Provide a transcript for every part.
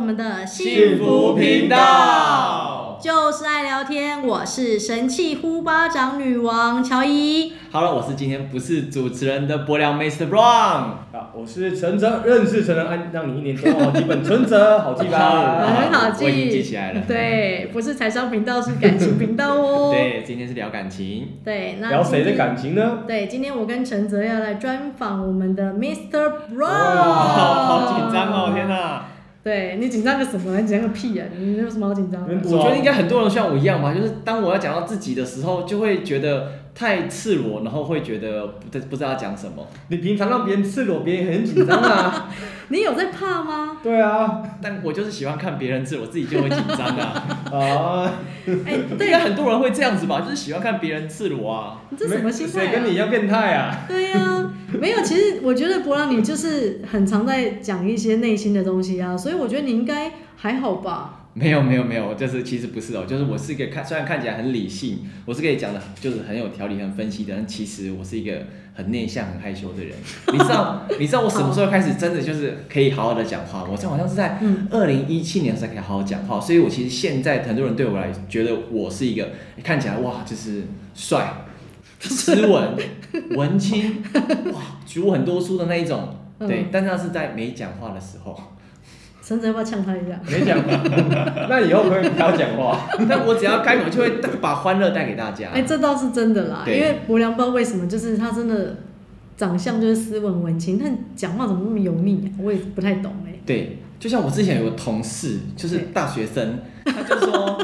们的幸福频道。就是爱聊天，我是神器呼巴掌女王乔伊。好了，我是今天不是主持人的柏良 Mr. Brown。啊，我是陈哲，认识陈哲，安让你一年多好记本，陈哲好记 吧？很好我已经记，记起来了对，不是财商频道，是感情频道哦。 对，今天是聊感情，对，那聊今谁的天感情呢？对，今天我跟陈泽要来专访我们的 Mr. Brown。哦好好紧张哦，天！哪！对你紧张个什么？你紧张个屁呀、你有什么好紧张的？嗯我觉得应该很多人像我一样吧，就是当我要讲到自己的时候，就会觉得太赤裸，然后会觉得不知不知道要讲什么。你平常让别人赤裸，别人也很紧张啊。你有在怕吗？对啊，但我就是喜欢看别人赤裸，自己就会紧张 啊。啊，哎、应对该，很多人会这样子吧，就是喜欢看别人赤裸啊。你这什么心态、啊？谁跟你一样变态啊？对呀、没有。其实我觉得博朗你就是很常在讲一些内心的东西啊，所以我觉得你应该还好吧。没有没有没有，就是其实不是哦，就是我是一个看虽然看起来很理性，我是可以讲的，就是很有条理、很分析的，但其实我是一个很内向、很害羞的人。你知 道你知道我什么时候开始真的就是可以好好的讲话？我这好像是在嗯二零一七年才可以好好讲话，所以我其实现在很多人对我来觉得我是一个看起来哇就是 帅、斯文、文青，哇读很多书的那一种。对嗯，但是那是在没讲话的时候，陈泽要不要呛他一下？没讲 话，那以后可以不要讲话。 但我只要开口就会把欢乐带给大家。哎、这倒是真的啦，因啊对为博良不知道为什么，就是他真的长相就是斯文文青，但讲话怎么那么油腻啊？我也不太懂哎、对，就像我之前有个同事，就是对大学生，他就说，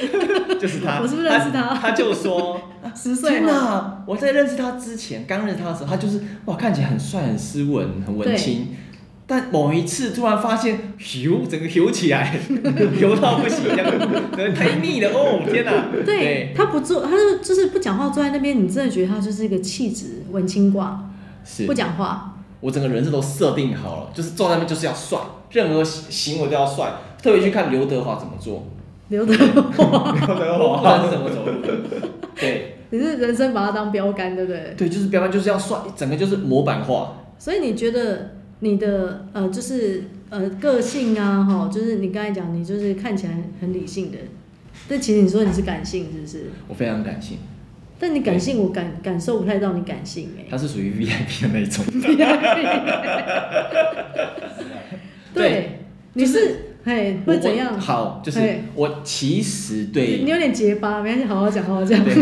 就是他，我是不是认识他他就说，十岁天嘛，哪！我在认识他之前，刚认识他的时候，他就是哇，看起来很帅、很斯文、很文青。但某一次突然发现，油整个油 起来， 油到不行，这样太腻了哦！天哪，对，他不做，他就就是不讲话，坐在那边，你真的觉得他就是一个气质文青挂，是不讲话。我整个人设都设定好了，就是坐在那边就是要帅，任何行为都要帅。特别去看刘德华怎么做，刘德华，刘德我不华，然是怎么走路的。对， 你是人生把他当标杆，对不对？对，就是标杆就是要帅，整个就是模板化。所以你觉得你的呃，就是呃个性啊，哈，就是你刚才讲，你就是看起来很理性的，但其实你说你是感性，是不是？我非常感性，但你感性，我感感受不太到你感性哎、他是属于 VIP 的那一种。对，你是嘿会怎我样？好，就是嘿我其实你你对，有点结巴，没关系，好好讲，好好讲。对，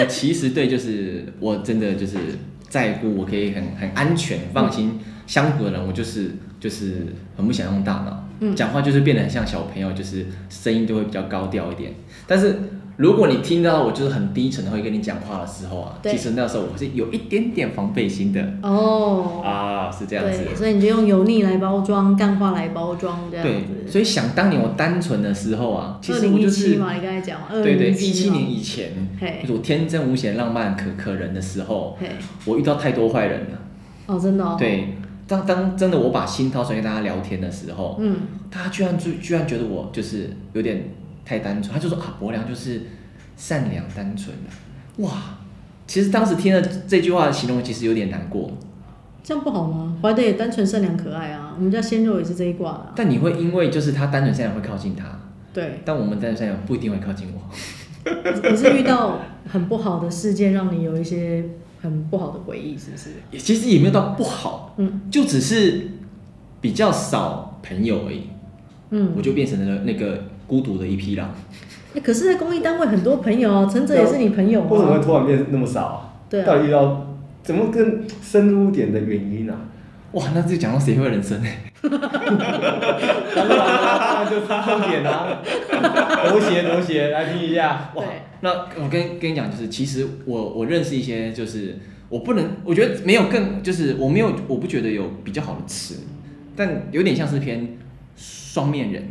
我其实对，就是我真的就是在乎，我可以很很安全、放心相处的人，我就是就是很不想用大脑，嗯讲话就是变得很像小朋友，就是声音就会比较高调一点。但是如果你听到我就是很低沉的会跟你讲话的时候啊，对其实那时候我是有一点点防备心的哦，啊，是这样子对，。所以你就用油腻来包装，干话来包装这样对，子。所以想当年我单纯的时候啊，其二实零我一就七是嘛，你刚才讲嘛，二对对零一七七年以前，嗯嘿就是我天真无邪、浪漫可可人的时候，嘿，我遇到太多坏人了。哦，真的哦，，对，当当真的我把心掏出来跟大家聊天的时候，嗯，大家居然居居然觉得我就是有点太单纯，他就说啊，伯良就是善良单纯的，哇。其实当时听了这句话的形容，其实有点难过。哦这样不好吗？怀德也单纯善良可爱啊，我们家鲜肉也是这一挂的啊、但你会因为就是他单纯善良会靠近他，对，但我们单纯善良不一定会靠近我。你你是遇到很不好的事件，让你有一些很不好的回忆，是不是？也其实也没有到不好，嗯就只是比较少朋友而已，嗯，我就变成了那个孤独的一匹狼。欸可是，在公益单位很多朋友啊，陈哲也是你朋友为什么会啊，突然变那么少啊？对啊到底遇到怎么更深入一点的原因啊？哇，那就讲到谁会人生呢？ 那就是重点 啊！挪鞋挪鞋，来听一下。哇对，那我跟跟你讲，就是其实我我认识一些，就是我不能，我觉得没有更，就是我没有，我不觉得有比较好的词，但有点像是偏双面人，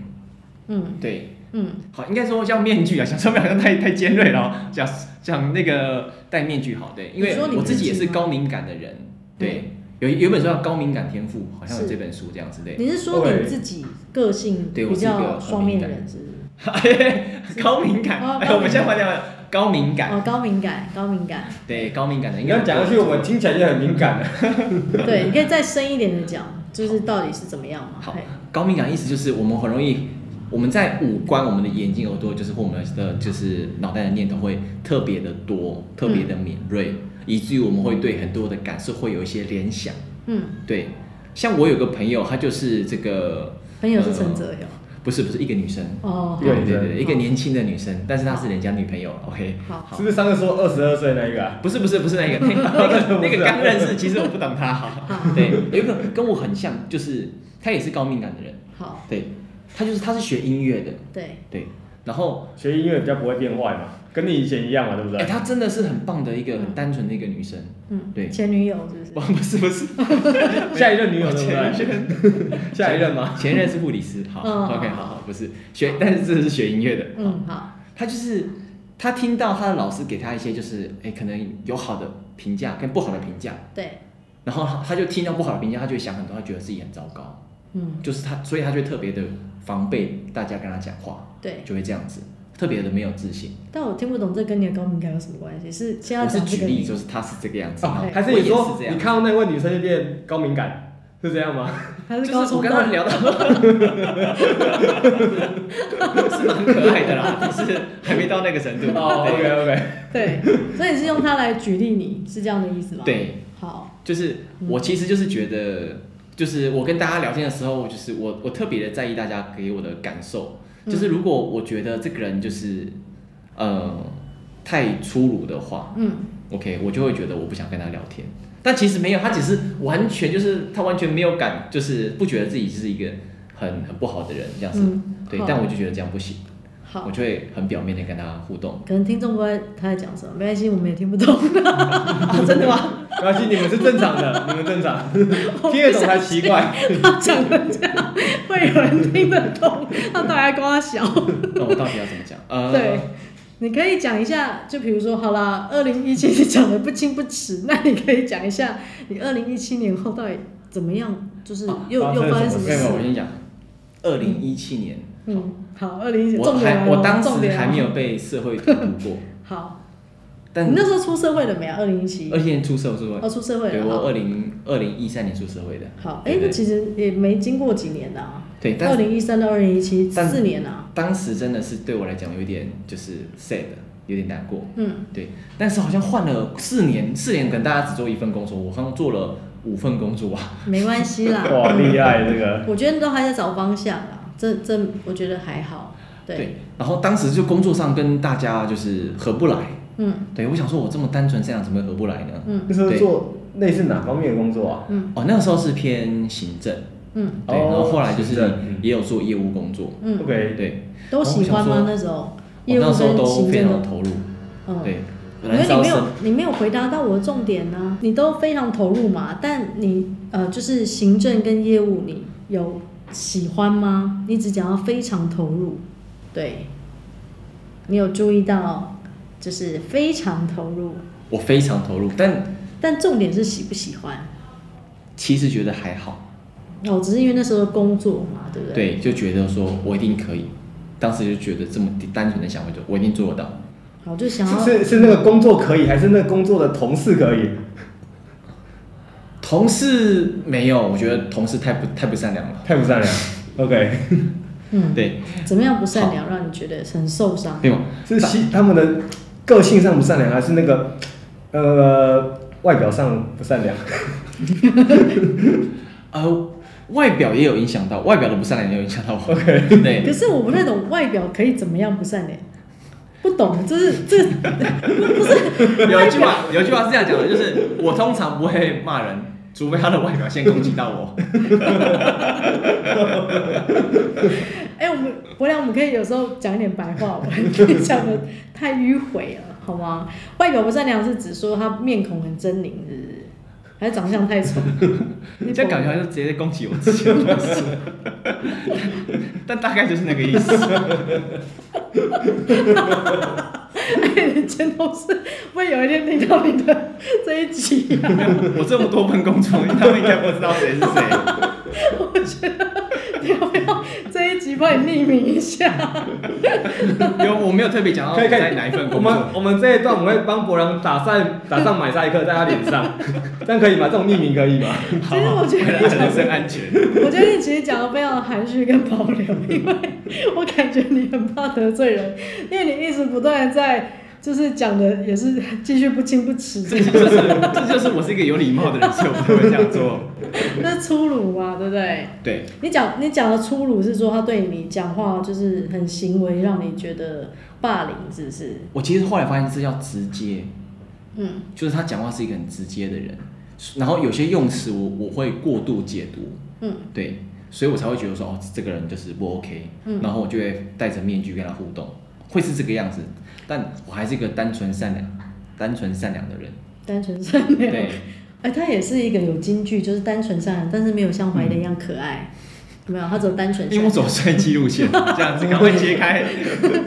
嗯对，嗯，好，应该说像面具啊，讲上面好像太太尖锐了哦、讲讲那个戴面具好，对，因你为说你我自己也自己吗是嗯高敏感的人，对，有有一本书叫《高敏感天赋》，好像有是这本书这样之类的。你是说你自己个性对比我是一较个双面人，是不是？哎高敏感，哦高哎敏感我们先换掉高敏感，哦，高敏感，高敏感，对，高敏感的应你该要讲下去，我们听起来就很敏感了。对，你可以再深一点的讲，就是到底是怎么样嘛？好嘿，高敏感意思就是我们很容易，我们在五官、我们的眼睛、耳朵，就是或我们的就是脑袋的念头会特别的多，特别的敏锐，以至于我们会对很多的感受会有一些联想。嗯，对，像我有个朋友，她就是这个朋友是陈哲友，不是不是一个女生，哦，对对对对，对一个年轻的女生，但是她是人家女朋友。OK，好是不是上次说二十二岁那一个啊？不是不是 不是那个那个那个刚认识，其实我不懂她好。好好 对，有一个跟我很像，就是她也是高敏感的人，好，对，她就是她是学音乐的，对，对，然后学音乐比较不会变坏嘛，跟你以前一样嘛，对不哎、对？她真的是很棒的一个很单纯的一个女生。嗯，对前女友是不是不，？ 不是不是，下一任女友我对不前对？任 下一任吗？前任是护理师。好、嗯 o k 好好好，不是学，但是这是学音乐的。嗯，嗯，好，她就是她听到她的老师给她一些就是哎、可能有好的评价跟不好的评价，对，然后她她就听到不好的评价，她就会想很多，她觉得自己很糟糕，嗯，就是她，所以她就会特别的防备大家跟她讲话，对。就会这样子，特别的没有自信。但我听不懂这跟你的高敏感有什么关系？是先要我是讲这举个例，你就是她是这个样子，哦然后对还是我也你说这样你看到那位女生就变高敏感，是这样吗？还是就高是中我跟他到 聊到，是蛮可爱的啦，只是还没到那个程度。 哦，OK 对 OK， 对，所以你是用它来举例你，是这样的意思吗？，对，好，就是嗯我其实就是觉得，就是我跟大家聊天的时候，就是我我特别的在意大家给我的感受，嗯就是如果我觉得这个人就是呃太粗鲁的话嗯， ，OK，我就会觉得我不想跟他聊天。但其实没有，他只是完全就是他完全没有感，就是不觉得自己是一个很很不好的人这样子。嗯对好，但我就觉得这样不行。好我，就会很表面的跟他互 动。可能听众不知道他在讲什么，没关系，我们也听不懂。 真的吗？没关系，你们是正常 的，你们正常，听得懂才奇怪。他讲的这样，会有人听得懂？他大概跟他小。那我到底要怎么讲？呃，对，你可以讲一下，就比如说，好啦，二零一七你讲的不清不楚， 那你可以讲一下，你二零一七年后到底怎么样？就是哦又发生又了发生什什么么没有，没有我事？先讲。二零一七年，嗯，好，二零一七，我重点啊来还了我当重时点来还没了有被社会荼毒 过，好。但你那时候出社会了没啊有？二零一七二，七年出社会，哦，出社会对了。我好二零二零一三年出社会的，好，哎对，那对其实也没经过几年的啊，对，但二是零一三到二零一七但四年啊，当时真的是对我来讲有一点就是 sad，有点难过，嗯，对，但是好像换了四年，四年可能大家只做一份工作，我好像做了五份工作啊，没关系 啦，哇，厉害这个，我觉得都还在找方向啊，这这我觉得还好，对，对，然后当时就工作上跟大家就是合不来，嗯对，我想说，我这么单纯善良，怎么会合不来呢？嗯那时候做类似哪方面的工作啊？嗯哦，那个时候是偏行政，嗯对，哦然后后来就是行政嗯也有做业务工作，嗯， ？OK，对，都喜欢然后我想说吗？那时候我业务那时候跟都行非政常都，投入，嗯，对，因为燃你烧没有生，你没有回答到我的重点呢、你都非常投入嘛，但你呃，就是行政跟业务，你有喜欢吗？你只讲到非常投入，对，你有注意到就是非常投入，我非常投入，但但重点是喜不喜欢其实觉得还好，哦，只是因为那时候工作嘛，对不对？对，就觉得说我一定可以，当时就觉得这么单纯的想法，就我一定做得到。对，我就想是要是是那个工作可以，还是那个工作的同事可以？同事没有，我觉得同事太不太不善良了，太不善良。OK，嗯，对，怎么样不善良，让你觉得很受伤？没有，是西他们的个性上不善良，还是那个呃外表上不善良？呃，外表也有影响到，外表的不善良也有影响到我。OK，对 可，是我不太懂外表可以怎么样不善良，不懂，就是这 不是有一句话，有一句话是这样讲的，就是我通常不会骂人，除非他的外表先攻击到 我。哎、我们伯良，我们可以有时候讲一点白话文，你讲的太迂回了，好吗？外表不善良是指说他面孔很狰狞，是不是？还是长相太丑？你这样感觉好像直接在攻击我自己的东 西，但大概就是那个意思。哎，人全都是会有一天听到你的这一集、啊， 我这么多份工作，他们应该不知道谁是谁。我觉得你要不要这一集集帮你匿名一下。有我没有特别讲到 可以可以哦在哪一份我工 们作，我们这一段我们会帮博朗打上 打上马赛克在他脸上， 这样可以吗？这种匿名可以吗？ 其实我觉为得了你人讲，身安全。我觉得你其实讲的非常含蓄跟保留，因为我感觉你很怕得罪人，因为你一直不断的在就是讲的也是继续不清不耻，这就是这就是我是一个有礼貌的人，所以我才会这样做。那粗鲁嘛，对不对？对，你讲你讲的粗鲁是说他对你讲话就是很行为让你觉得霸凌，是不是？我其实后来发现这叫直接，嗯，就是他讲话是一个很直接的人，然后有些用词我我会过度解读，嗯，对，所以我才会觉得说哦，这个人就是不 OK，嗯然后我就会戴着面具跟他互动，会是这个样子，但我还是一个单纯善良、单纯善良的人，单纯善良。对，哎，他也是一个有金句，就是单纯善良，但是没有像怀的一样可爱，有没有？他只有单纯因善为我走良，帅气路线，这 样子赶快切开，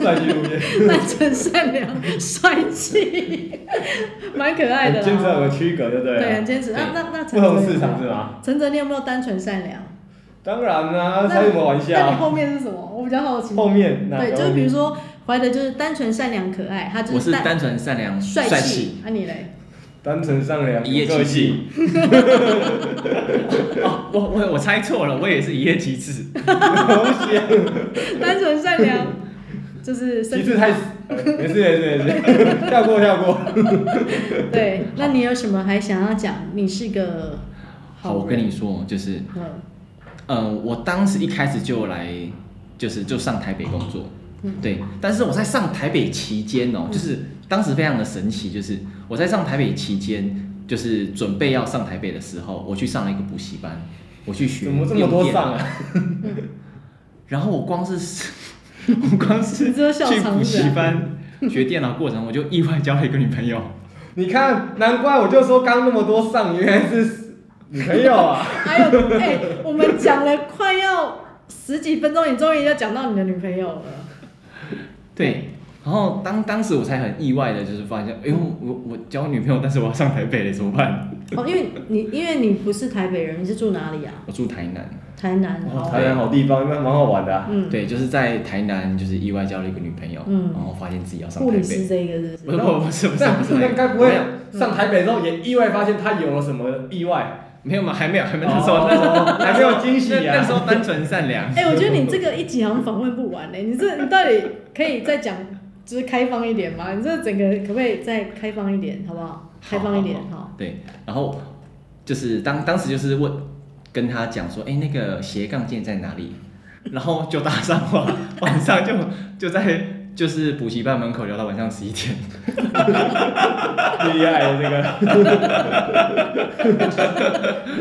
帅气路线，单纯善良，帅气， 蛮可爱的啦。坚持有个区隔，对不对对，很了？坚持。那那那不陈同泽市有场没是有，吗？陈泽，你有没有单纯善良？当然啦、那开什么玩那你笑？啊后面是什么？我比较好奇。后面哪对，个就后是比面如说怀的就是单纯善良可爱，他我就是是单纯善良、帅帅气气。。啊，你嘞？单纯善良，一夜个情性，绪。 哦，我我我猜错了，我也是一夜七次。 单纯善良，就是身其体次太，呃没事没事没事， 跳过跳 过。对。那你有什么还想要讲？你是个好，我跟你说，就是，嗯呃，我当时一开始就来，就是就上台北工作，对。但是我在上台北期间哦，就是当时非常的神奇，就是我在上台北期间，就是准备要上台北的时候，我去上了一个补习班，我去学怎么这么用多电脑上啊？然后我光 是我光是你这笑去场补是习啊班学电脑过程，我就意外交了一个女朋友。你看，难怪我就说刚那么多上，原来是女朋友啊。还有，哎、我们讲了快要十几分钟，你终于要讲到你的女朋友了。对，然后当当时我才很意外的，就是发现，哎呦，我我交女朋友，但是我要上台北了，怎么办？哦，因为你因为你不是台北人，你是住哪里啊？我住台南，台南。哇哦台南好地方，蛮蛮好玩的、啊。嗯，对，就是在台南，就是意外交了一个女朋友，嗯然后发现自己要上护台理师北。这一个是不不是？是不不是不是那不是，那该不会没有上台北之后也意外发现他有了什么意外？没有嘛？还没有还没有哦那时候那时候还没有惊喜啊那那时候单纯善良。哎、我觉得你这个一集好像访问不完欸嘞、你这你到底可以再讲，就是开放一点吗？你这整个可不可以再开放一点，好不好？开放一点好哈。对，然后就是当当时就是问跟他讲说，哎，那个斜杠键在哪里？然后就搭上话，晚上就就在就是补习班门口聊到晚上十一点。厉害了这 个，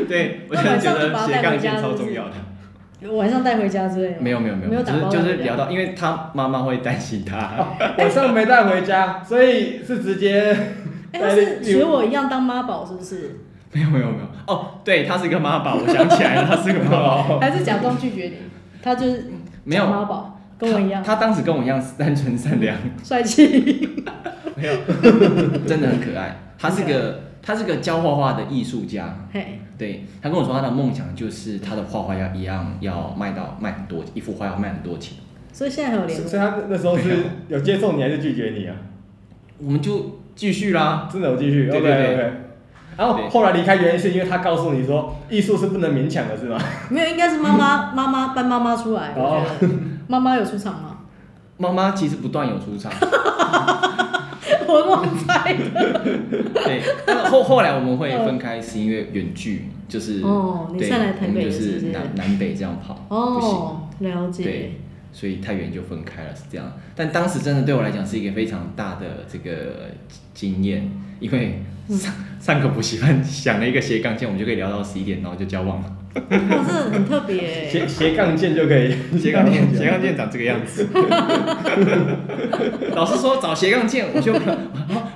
对，我那晚现在觉上得就把它斜带杠回家键超是不重是要的。晚上带回家之类的吗。没有没有没有，没有就打是包就是回家聊到，因为他妈妈会担心他。 晚上没带回家，所以是直接哎、他是学我一样当妈宝是不是？没有没有没有，哦，对，他是个妈宝，我想起来了，他是个妈 宝。还是假装拒绝你？他就是没有假妈宝，跟我一样他，他当时跟我一样单纯善 良，帅气。 没有，真的很可爱。他是个他是个教画画的艺术家，嘿，对他跟我说他的梦想就是他的画画要一样要卖到卖很多，一幅画要卖很多钱。所以现在还有联所络所以他那时候是有接受你还是拒绝 你啊？我们就继续啦，真的，我继续。对 OK 对对 OK。然后对后来离开原因是因为他告诉你说艺术是不能勉强的，是吗？没有，应该是妈 妈妈妈搬妈妈出来，我觉哦得 妈妈有出场吗？ 妈妈其实不断有出场。我乱猜的。对，但后后来我们会分开，是因为远距，就是哦你对上来台北我们就了是不是是南南北这样跑， 不行，哦，了解对。，所以太远就分开了，是这样。但当时真的对我来讲是一个非常大的这个经验，因为嗯上、上个补习班想了一个斜杠线，我们就可以聊到十一点，然后就交往了。哇，这很特 别欸。斜斜杠键就可以。斜 杠线，斜杠线长这个样子。 老师说找斜杠线，我就 啊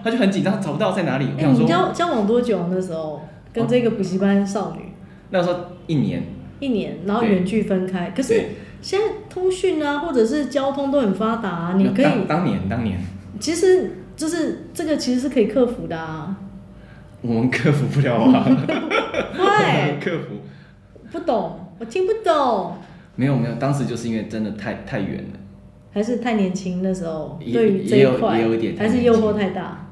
他就很紧张，找不到在哪里。我哎、想你说交交往多久？那时候跟这个补习班少女那时候一年，一年，然后对远距分开。可是对现在通讯啊，或者是交通都很发达、啊，你可当以，当年当年。其实就是这个其实是可以克服的 啊。我们克服不了啊，我喂们，克服不懂，我听不懂。没有没有，当时就是因为真的太太远了。还是太年轻那时候，也对于这也一有块也有一点太还是年诱轻惑太大，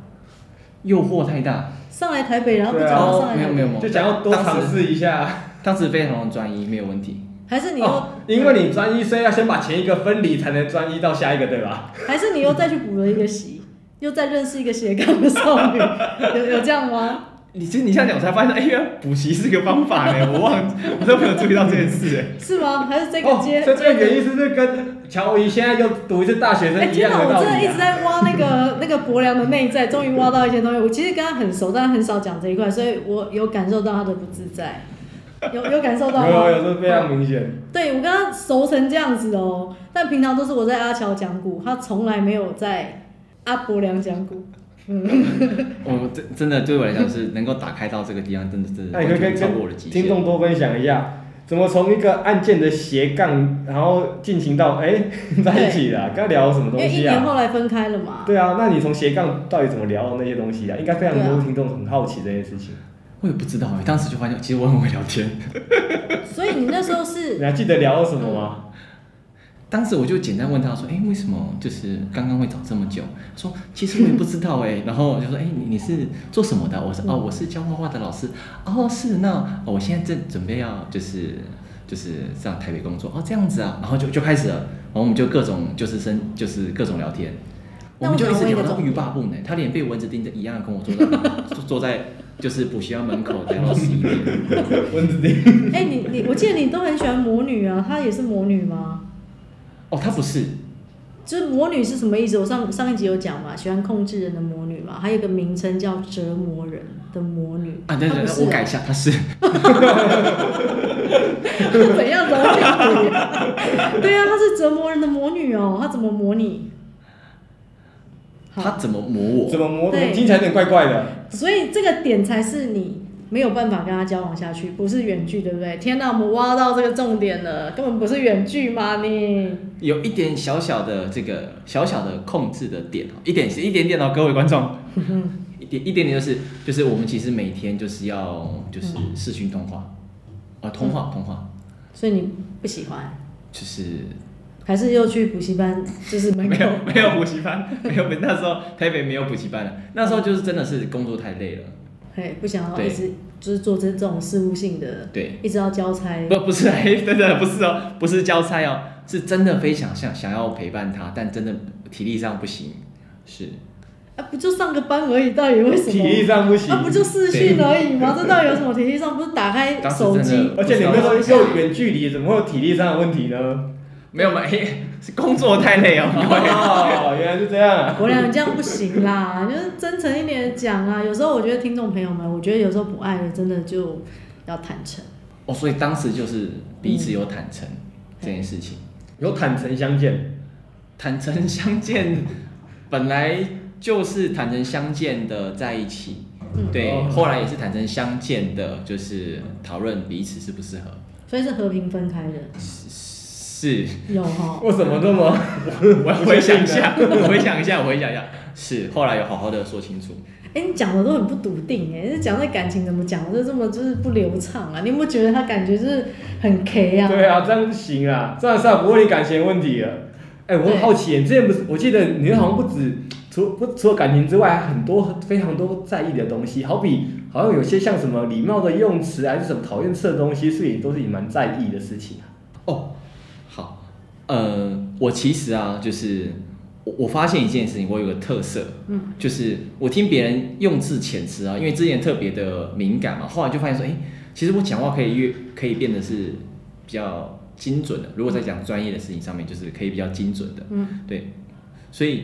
诱惑太大上来台北然后不对讲啊到上来哦，台北，没有没有没有，就想要多尝当时，试一下。当时非常的专一，没有问题。还是你又、哦，因为你专一，所以要先把前一个分离，才能专一到下一个，对吧？ 还是你又再去补了一个习，又再认识一个斜杠的少女， 有有这样吗？你其实你这样讲，我才发现，哎、原来补习是个方法 呢，我忘，我都没有注意到这件事哎。是吗？还是这个哦，接？所以这个原因接是不是跟乔怡现在又读一次大学哎，生一天样哪！的我道真的理一直啊？在挖那个 那个伯良的内在，终于挖到一些东西。我其实跟他很熟，但他很少讲这一块，所以我有感受到他的不自在，有有感受到吗？有有有，这非常明嗯显。对我跟他熟成这样子哦，但平常都是我在阿乔讲古，他从来没有在阿伯良讲古。我真真的对我来讲是能够打开到这个地方，真的真的哎那你可完以跟全超过我的跟极听限。众多分享一下，怎么从一个案件的斜杠，然后进行到哎 在一起了，刚聊什么因东为一西年啊？后来分开了 嘛，对啊，那你从斜杠到底怎么聊那些东西啊？应该非常对多啊听众很好奇这件事情。我也不知道哎，当时就发现，其实我很会聊天。所以你那时候你是 还记得聊什么吗？当时我就简单问他说：“哎、为什么就是刚刚会找这么久？”他说：“其实我也不知道 哎、然后我就说：“哎、你你是做什么的？”我说：“嗯哦，我是教画画的老师。”哦，是那、哦、我现在正准备要就是就是上台北工作哦，这样子啊，然后就就开始了，然后我们就各种就是生就是各种聊天，我那我们就一直想问一个聊到重欲点罢不能，他连被蚊子叮着一样跟我坐在 坐坐在就是补习班门口聊到十 一点。蚊子叮。哎、你你我记得你都很喜欢魔女啊，她也是魔女吗？哦，他不是，就是魔女是什么意思？我上上一集有讲嘛，喜欢控制人的魔女嘛，还有一个名称叫折磨人的魔女啊，对她对不对，是我改一下，他是。怎样怎样？ 对啊，她是折磨人的魔女哦，她怎么磨 你？好他怎么磨我？怎么模对听起来有点怪怪的？所以这个点才是你没有办法跟他交往下去，不是远距，对不对？天哪，我们挖到这个重点了，根本不是远距嘛你。有一点小小的这个小小的控制的点哦，一点是一点点哦，各位观 众，一点一点点就是就是我们其实每天就是要就是视讯通话啊，通话通话，所以你不喜欢，就是还是又去补习班，就是门没口有没有补习班， 没有那时候台北没有补习班了，那时候就是真的是工作太累了，哎，不想要对一直就是做这种事务性的，对，一直要交差。不不是哎，真的不是哦，不是交差哦，是真的非常想想要陪伴他，但真的体力上不行，是。啊，不就上个班而已，到底为什体力么？上不行。啊，不就视讯而已吗？这到底有什么体力上？不是打开当时手真机的，而且你那时候又远距离，怎么会有体力上的问题 呢？没有嘛，嘿是工作太累哦，各位。哦，原来是这样 啊。国良，你这样不行啦，就是真诚一点讲啊。有时候我觉得听众朋友们，我觉得有时候不爱的真的就要坦诚。哦，所以当时就是彼此有坦诚这件事情，有坦诚相见，坦诚相见，本来就是坦诚相见的在一起，嗯对，哦后来也是坦诚相见的，就是讨论彼此适不适合，所以是和平分开的，是，有 哈。为什么这么？我要回想一下，我回想一下，我回想一下，是，后来有好好的说清楚，哎、你讲的都很不笃定哎、这讲这感情怎么讲的这么就是不流畅啊？你有没有觉得他感觉就是很 K 啊？ 对啊，这样不行啊，这样是啊，不问你感情问题了。哎、我对很好奇，你之前不是？我记得你好像不止除不除了感情之外，还很多非常多在意的东西，好比好像有些像什么礼貌的用词，还是什么讨厌吃的东西，是你都是你蛮在意的事情啊。哦，好，呃，我其实啊，就是我我发现一件事情，我有个特色，嗯，就是我听别人用字遣词啊，因为之前特别的敏感嘛，后来就发现说，哎、其实我讲话可以越可以变得是比较精准的，如果在讲专业的事情上面，就是可以比较精准的，嗯，对，所以。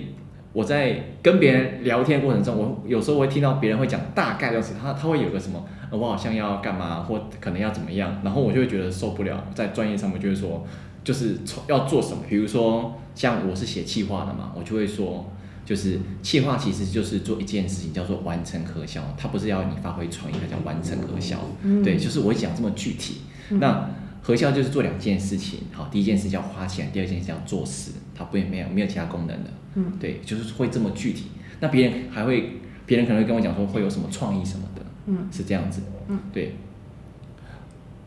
我在跟别人聊天的过程中，我有时候会听到别人会讲大概的事，他他会有个什么，呃我好像要干嘛，或可能要怎么样，然后我就会觉得受不了，在专业上面就会说，就是从要做什么，比如说像我是写企划的嘛，我就会说，就是企划其实就是做一件事情叫做完成核销，它不是要你发挥创意，它叫完成核销，嗯对，就是我会讲这么具体，那。核销就是做两件事情，好，第一件事叫花钱，第二件事叫做事，它不没有没有其他功能的，嗯，对，就是会这么具体。那别人还会，别人可能会跟我讲说会有什么创意什么的，嗯，是这样子，嗯，对。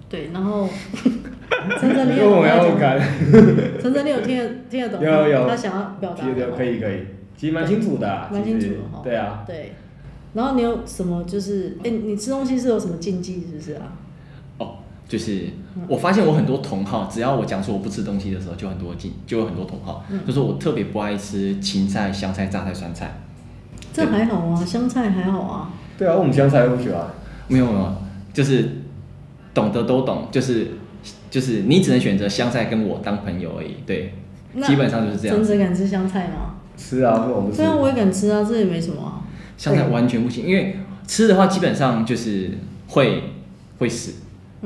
对，然 后陈哲，你因也为懂我他在要讲，感，陈哲，你有听得听得懂有他有他想要表达其实的吗可以可以，其实蛮清楚的啊，蛮其实清楚哦的哈对啊，对。然后你有什么就是，哎、你吃东西是有什么禁忌是不是啊？哦，就是嗯我发现我很多同好，只要我讲说我不吃东西的时候，就很多进，就有很多同好，嗯就是我特别不爱吃芹菜、香菜、榨菜、酸菜。这还好啊，香菜还好啊。对啊，我们香菜不喜欢，没有没有，就是懂得都懂，就是就是你只能选择香菜跟我当朋友而已。对，那基本上就是这样陈。哲敢吃香菜吗？吃啊，我们不吃虽，然我也敢吃啊，这也没什么 啊。香菜完全不行，因为吃的话基本上就是会会死。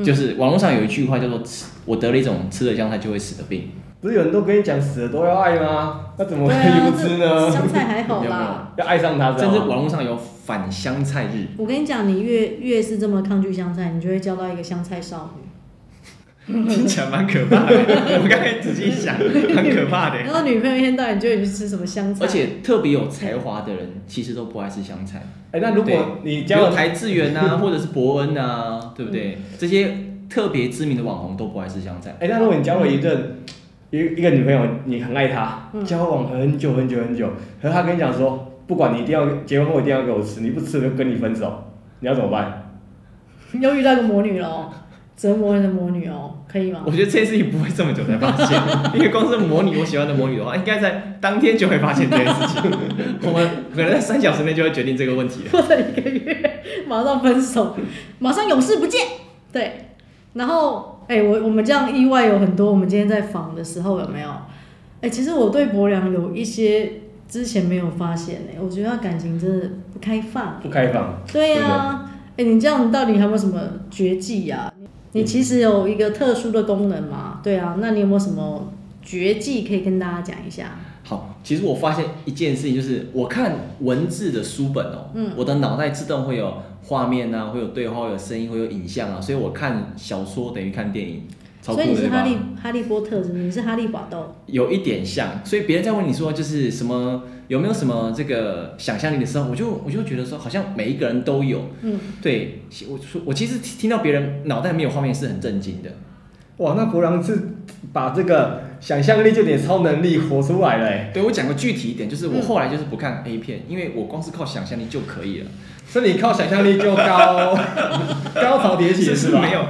就是网络上有一句话叫做“吃，我得了一种吃了香菜就会死的病不是有人都跟你讲死了都要爱吗？那怎么可对以啊，不吃这香呢？菜还好没有没有 啦。 要爱上它”，，甚至知道吗网络上有反香菜日。我跟你讲，你越越是这么抗拒香菜，你就会交到一个香菜少 女，听起来蛮可怕的。我刚才仔细想，蛮可怕 的。然后女朋友一天到晚就会去吃什么香菜，而且特别有才华的人，其实都不爱吃香菜。哎，那如对果你交有往台志 远啊，或者是伯恩嗯啊，对不对？这些特别知名的网红都不爱吃香菜。哎、那如果你交了一任一一个女朋友，你很爱她，嗯交往很久很久很久，可是她跟你讲说，不管你一定要结婚后一定要给我吃，你不吃我就跟你分手，你要怎么办？又遇到一个魔女喽，折磨人的魔女哦，可以吗我？觉得这件事情不会这么久才发 现，因为光是模拟我喜欢的模拟的话，应该在当天就会发现这件事 情。我们可能在三小时内就会决定这个问题了。过了一个月， 马上分手，马上永世不见。对，然后哎、我我们这样意外有很多。我们今天在访的时候有没有？哎、其实我对伯良有一些之前没有发现哎、我觉得他感情真的不开放、不开放，对呀、哎、你这样到底还有没有什么绝技呀、你其实有一个特殊的功能嘛？对啊，那你有没有什么绝技可以跟大家讲一下？好，其实我发现一件事情，就是我看文字的书本哦，嗯我的脑袋自动会有画面啊，会有对话，会有声音，会有影像啊，所以我看小说等于看电影，超酷所的以你是对哈吧利？哈利波特是不是？你是哈利法斗？有一点像，所以别人在问你说就是什么有没有什么这个想象力的时候，我就我就觉得说好像每一个人都有，嗯，对我说我其实听到别人脑袋没有画面是很震惊的，哇，那博朗是把这个想象力就得超能力活出来了、欸，对我讲个具体一点，就是嗯我后来就是不看 A 片，因为我光是靠想象力就可以了。所以你靠想象力就高高潮迭起是是是吧？没有。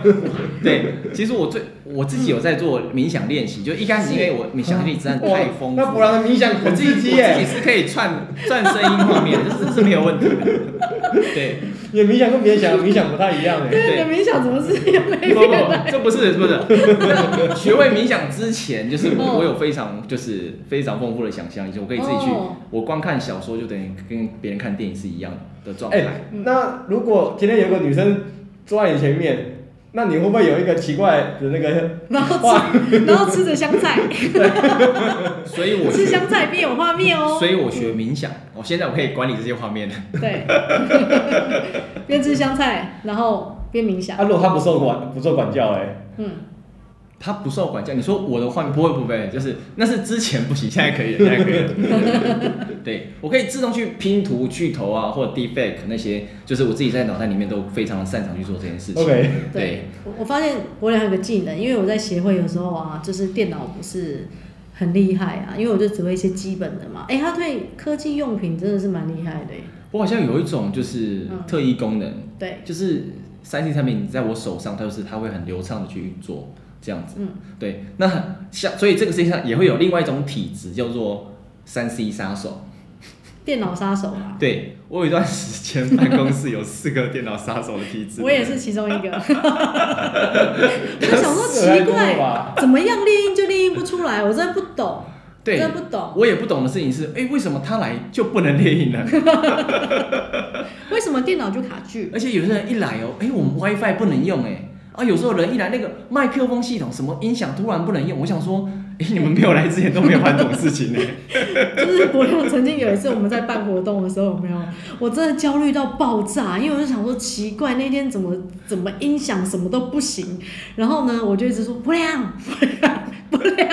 对，其实我最我自己有在做冥想练习，就一开始因为我冥想力真的哇太丰富那了，博朗的冥想我很自己刺我自激耶、己是可以串串声音画面的，这是是没有问题的。对你的冥想跟别人想的冥想不太一样哎、对，你的冥想怎么是也没 不不不， 这不是不是学会冥想之前，就是哦嗯我我有非常就是非常丰富的想象力，就我可以自己去哦，我光看小说就等于跟别人看电影是一样的状哎、态。那如果今天有个女生坐在你前面，那你会不会有一个奇怪的那个？然后吃，然后吃着香菜，所以我吃学香菜边有画面哦所。以我学冥想，我现在我可以管理这些画面了。对，边吃香菜，然后边冥啊，想。如果她不受管不受管教、哎，嗯，他不受管教，你说我的画面不会不会，就是那是之前不行，现在可以了，现在可以 了。对，我可以自动去拼图、巨头啊，或者 defect 那些，就是我自己在脑袋里面都非常的擅长去做这件事情。 OK 对对，我我发现我俩有个技能，因为我在协会有时候啊，就是电脑不是很厉害啊，因为我就只会一些基本的嘛。哎、他对科技用品真的是蛮厉害的耶。我好像有一种就是嗯特异功能，对，就是三 C 产品在我手上，它就是它会很流畅的去运作这样子。嗯，对，那像所以这个世界上也会有另外一种体质叫做三 C 杀手。电脑杀手啊啦，对我有一段时间办公室有四个电脑杀手的体质，我也是其中一个。我想说奇太多了怪吧，怎么样练音就练音不出来，我真的不懂，对，真的不懂。我也不懂的事情是，哎、为什么他来就不能猎鹰呢？为什么电脑就卡剧？而且有些人一来哦，哎、我们 WiFi 不能用、哎，啊，有时候人一来，那个麦克风系统什么音响突然不能用，我想说，哎、你们没有来之前都没有办这种事情呢、 就是国亮曾经有一次我们在办活动的时候，有没有？我真的焦虑到爆炸，因为我就想说奇怪，那天怎么怎么音响什么都不行，然后呢，我就一直说不亮不亮，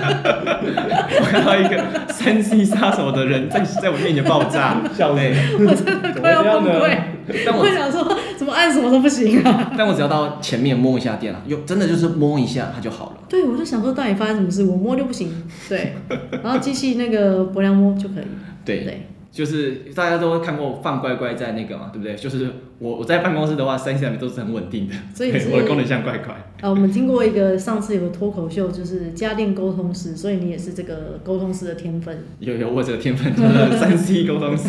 我看到一个三 C 杀手的人在在我面前爆炸，笑死对，我真的快要崩怎么这溃样。但我我想说，怎怎么按什么都不行啊。但我只要到前面摸一下电脑，有真的就是摸一下它就好了。对，我就想说到底发生什么事，我摸就不行。对，然后机器那个薄凉摸就可以。对，对，就是大家都看过放乖乖在那个嘛，对不对？就是我我在办公室的话，三 C 产品都是很稳定的，所以对是我的功能像乖乖。呃，我们听过一个上次有个脱口秀，就是家电沟通师，所以你也是这个沟通师的天分。有有我这个 天分，就是三 C 沟通师。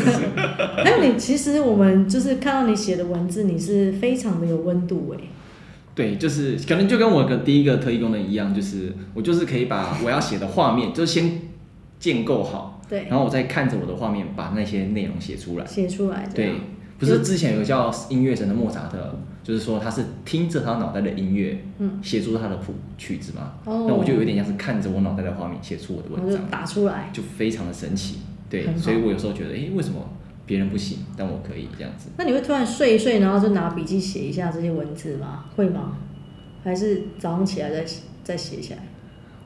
还有你，其实我们就是看到你写的文字，你是非常的有温度哎、对，就是可能就跟我的第一个特异功能一样，就是我就是可以把我要写的画面，就是先建构好，对，然后我再看着我的画面把那些内容写出来。写出来这对样。，不是之前有个叫音乐神的莫扎特，就是说他是听着他脑袋的音乐，嗯，写出他的谱曲子嘛。哦那我就有点像是看着我脑袋的画面写出我的然后文就章，打出来。就非常的神奇。对很，好所以我有时候觉得，诶，为什么别人不行，但我可以这样子？那你会突然睡一睡，然后就拿笔记写一下这些文字吗？会吗？还是早上起来再写再写起来？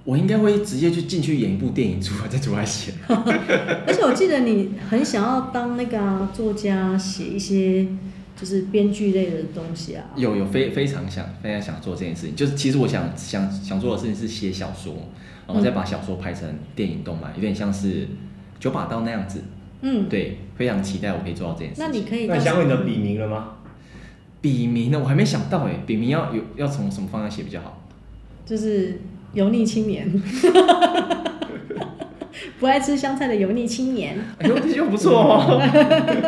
我应该会直接就进去演一部电影出来，再出来写。而且我记得你很想要当那个啊、作家，写一些就是编剧类的东西啊。有有非非常想非常想做这件事情，就是其实我想想想做的事情是写小说，嗯然后再把小说拍成电影动漫，有点像是九把刀那样子。嗯，对，非常期待我可以做到这件事情。那你可以那到你时想候问你的笔名了吗？笔名呢？我还没想到哎，笔名要有要从什么方向写比较好？就是油腻青年，不爱吃香菜的油腻青年。哎呦，这就不错哦，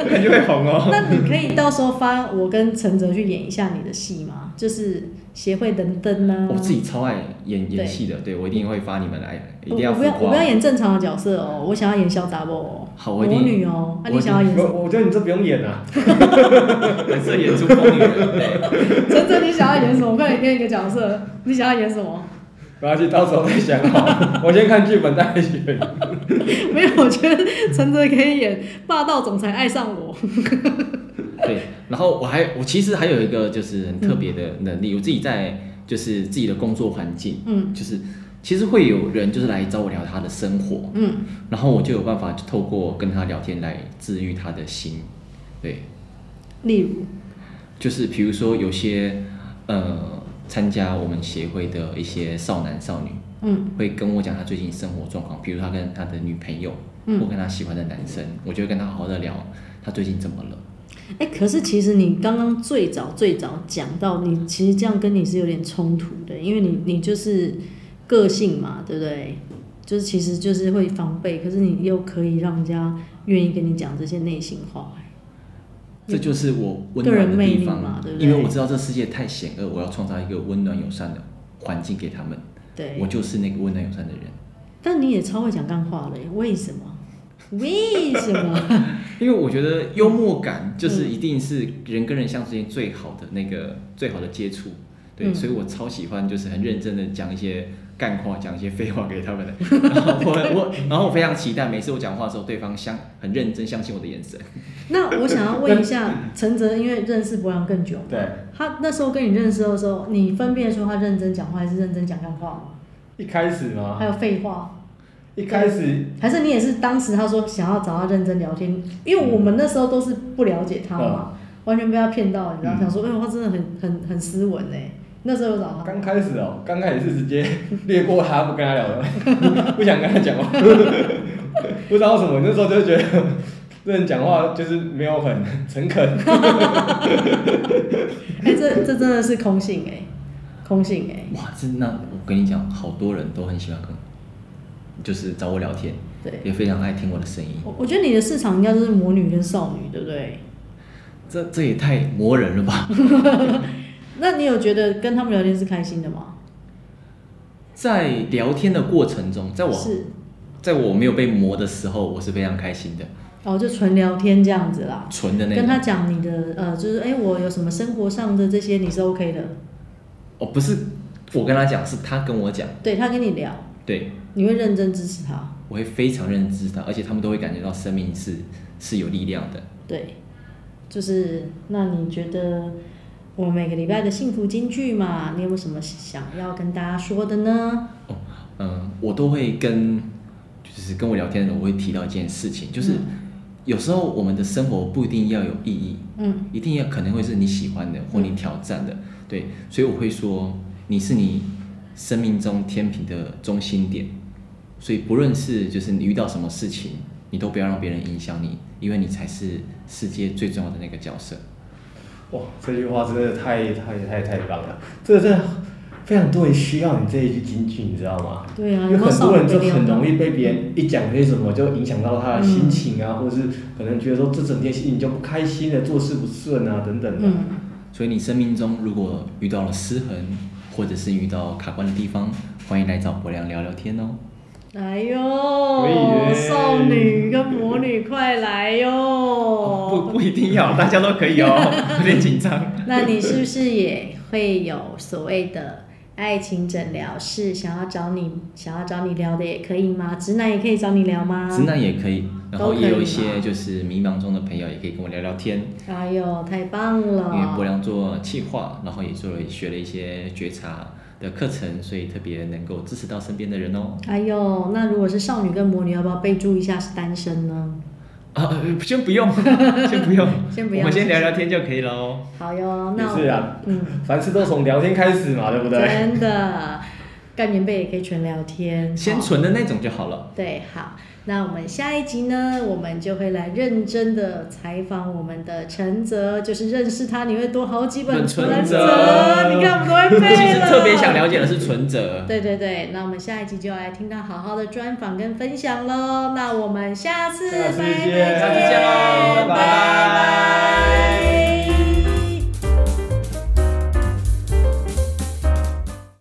感觉会红哦。 那你可以到时候发我跟陈哲去演一下你的戏吗？就是协会等等啊。我自己超爱演演戏的，对我一定会发你们来，一我定要我浮不要我不夸 要。演正常的角色哦，我想要演小 double 哦，好魔我一定女哦，那、你我一定想要演 什么？我我觉得你这不用演啊，本色演出风云人，对，真正你想要演什么？快点变一个角色，你想要演什么？不要去，到时候再想好。我先看剧本再选。没有，我觉得陈哲可以演霸道总裁爱上我。对。然后我还我其实还有一个就是很特别的能力，我自己在就是自己的工作环境，嗯就是其实会有人就是来找我聊他的生活，嗯，然后我就有办法透过跟他聊天来治愈他的心，对。例如，就是比如说有些呃参加我们协会的一些少男少女，嗯会跟我讲他最近生活状况，比如他跟他的女朋友，嗯或跟他喜欢的男生，我就会跟他好好的聊他最近怎么了。哎、可是其实你刚刚最早最早讲到，你其实这样跟你是有点冲突的，因为你你就是个性嘛，对不对？就是其实就是会防备，可是你又可以让人家愿意跟你讲这些内心话、这就是我温暖嗯的地方，个人魅力嘛对不对因为我知道这世界太险恶，我要创造一个温暖友善的环境给他们。对，我就是那个温暖友善的人，但你也超会讲干话的耶，为什么？为什么？ 因为我觉得幽默感就是一定是人跟人相处间最好的那个最好的接触，对，嗯所以我超喜欢就是很认真的讲一些干话，讲一些废话给他 们的。然后我我然后我非常期待每次我讲话的时候，对方相很认真相信我的眼神。那我想要问一下陈哲，因为认识博洋更久嘛，对，他那时候跟你认识的时候，你分辨出他认真讲话还是认真讲干话吗？一开始还嘛，有废话，一开始还是你也是当时他说想要找他认真聊天，因为我们那时候都是不了解他嘛，嗯完全被他骗到，你知道，嗯想说，哎呦，他真的很很很斯文哎、 那时候有找他，刚开始哦，刚开始是直接 略过他，不跟他聊了， 不想跟他讲话，不知道为什么，那时候就觉得这人讲话就是没有很 诚恳。哎、这这真的是空性哎、空性哎、哇，真那我跟你讲，好多人都很喜欢跟，就是找我聊天，对。也非常爱听我的声音。我我觉得你的市场应该就是魔女跟少女，对不对？这这也太磨人 了吧！那你有觉得跟他们聊天是开心的吗？在聊天的过程中，在我是，在我没有被磨的时候，我是非常开心的，哦，就纯聊天这样子啦。纯的那种。跟他讲你的呃，就是哎、我有什么生活上的这些你是 OK 的，哦，不是我跟他讲，是他跟我讲，对他跟你聊，对你会认真支持他，我会非常认真知道，而且他们都会感觉到生命是是有力量的。对，就是那你觉得我每个礼拜的幸福金句嘛，你有没有什么想要跟大家说的呢？哦，嗯、我都会跟就是跟我聊天的人，我会提到一件事情，就是、嗯有时候我们的生活不一定要有意义，嗯一定要可能会是你喜欢的或你挑战的，对，所以我会说你是你生命中天平的中心点，所以不论是就是你遇到什么事情，你都不要让别人影响你，因为你才是世界最重要的那个角色。哇，这句话真的太太太太棒了，这个真的非常多人需要你这一句金句，你知道吗？对啊，没有有很少多人人就被很撩到容易被别人一讲些什么，就影响到他的心情嗯啊，或者是可能觉得说这整件事情就不开心了，做事不顺啊等等的。嗯，所以你生命中如果遇到了失衡，或者是遇到卡关的地方，欢迎来找伯良聊聊天哦。来以哟，为少女跟魔女快来不哟！哦不一定要，大家都可以哦，有点紧张。那你是不是也会有所谓的爱情诊疗室？想要找你，想要找你聊的也可以吗？直男也可以找你聊吗？直男也可以，然都后可以也有一吗些就是迷茫中的朋友也可以跟我聊聊天，哎呦，太棒因为了！伯良做企划，然后也做了学了一些觉察的课程，所以特别能够支持到身边的人哦。哎呦，那如果是少女跟魔女，要不要备注一下是单身呢？啊，呃先不用， 先不用，先不用我们先聊聊天就可以了哦。好哟，也那是我啊，嗯， 凡事都从聊天开始嘛，对不对？真的盖棉被也可以纯聊天，先好存的那种就好了。对，好，那我们下一集呢，我们就会来认真的采访我们的陈泽，就是认识他，你会多好几本本陈存泽，折你看我们都会其背实了。特别想了解的是存折。对对对，那我们下一集就来听到好好的专访跟分享喽。那我们下次下次拜拜见下次见喽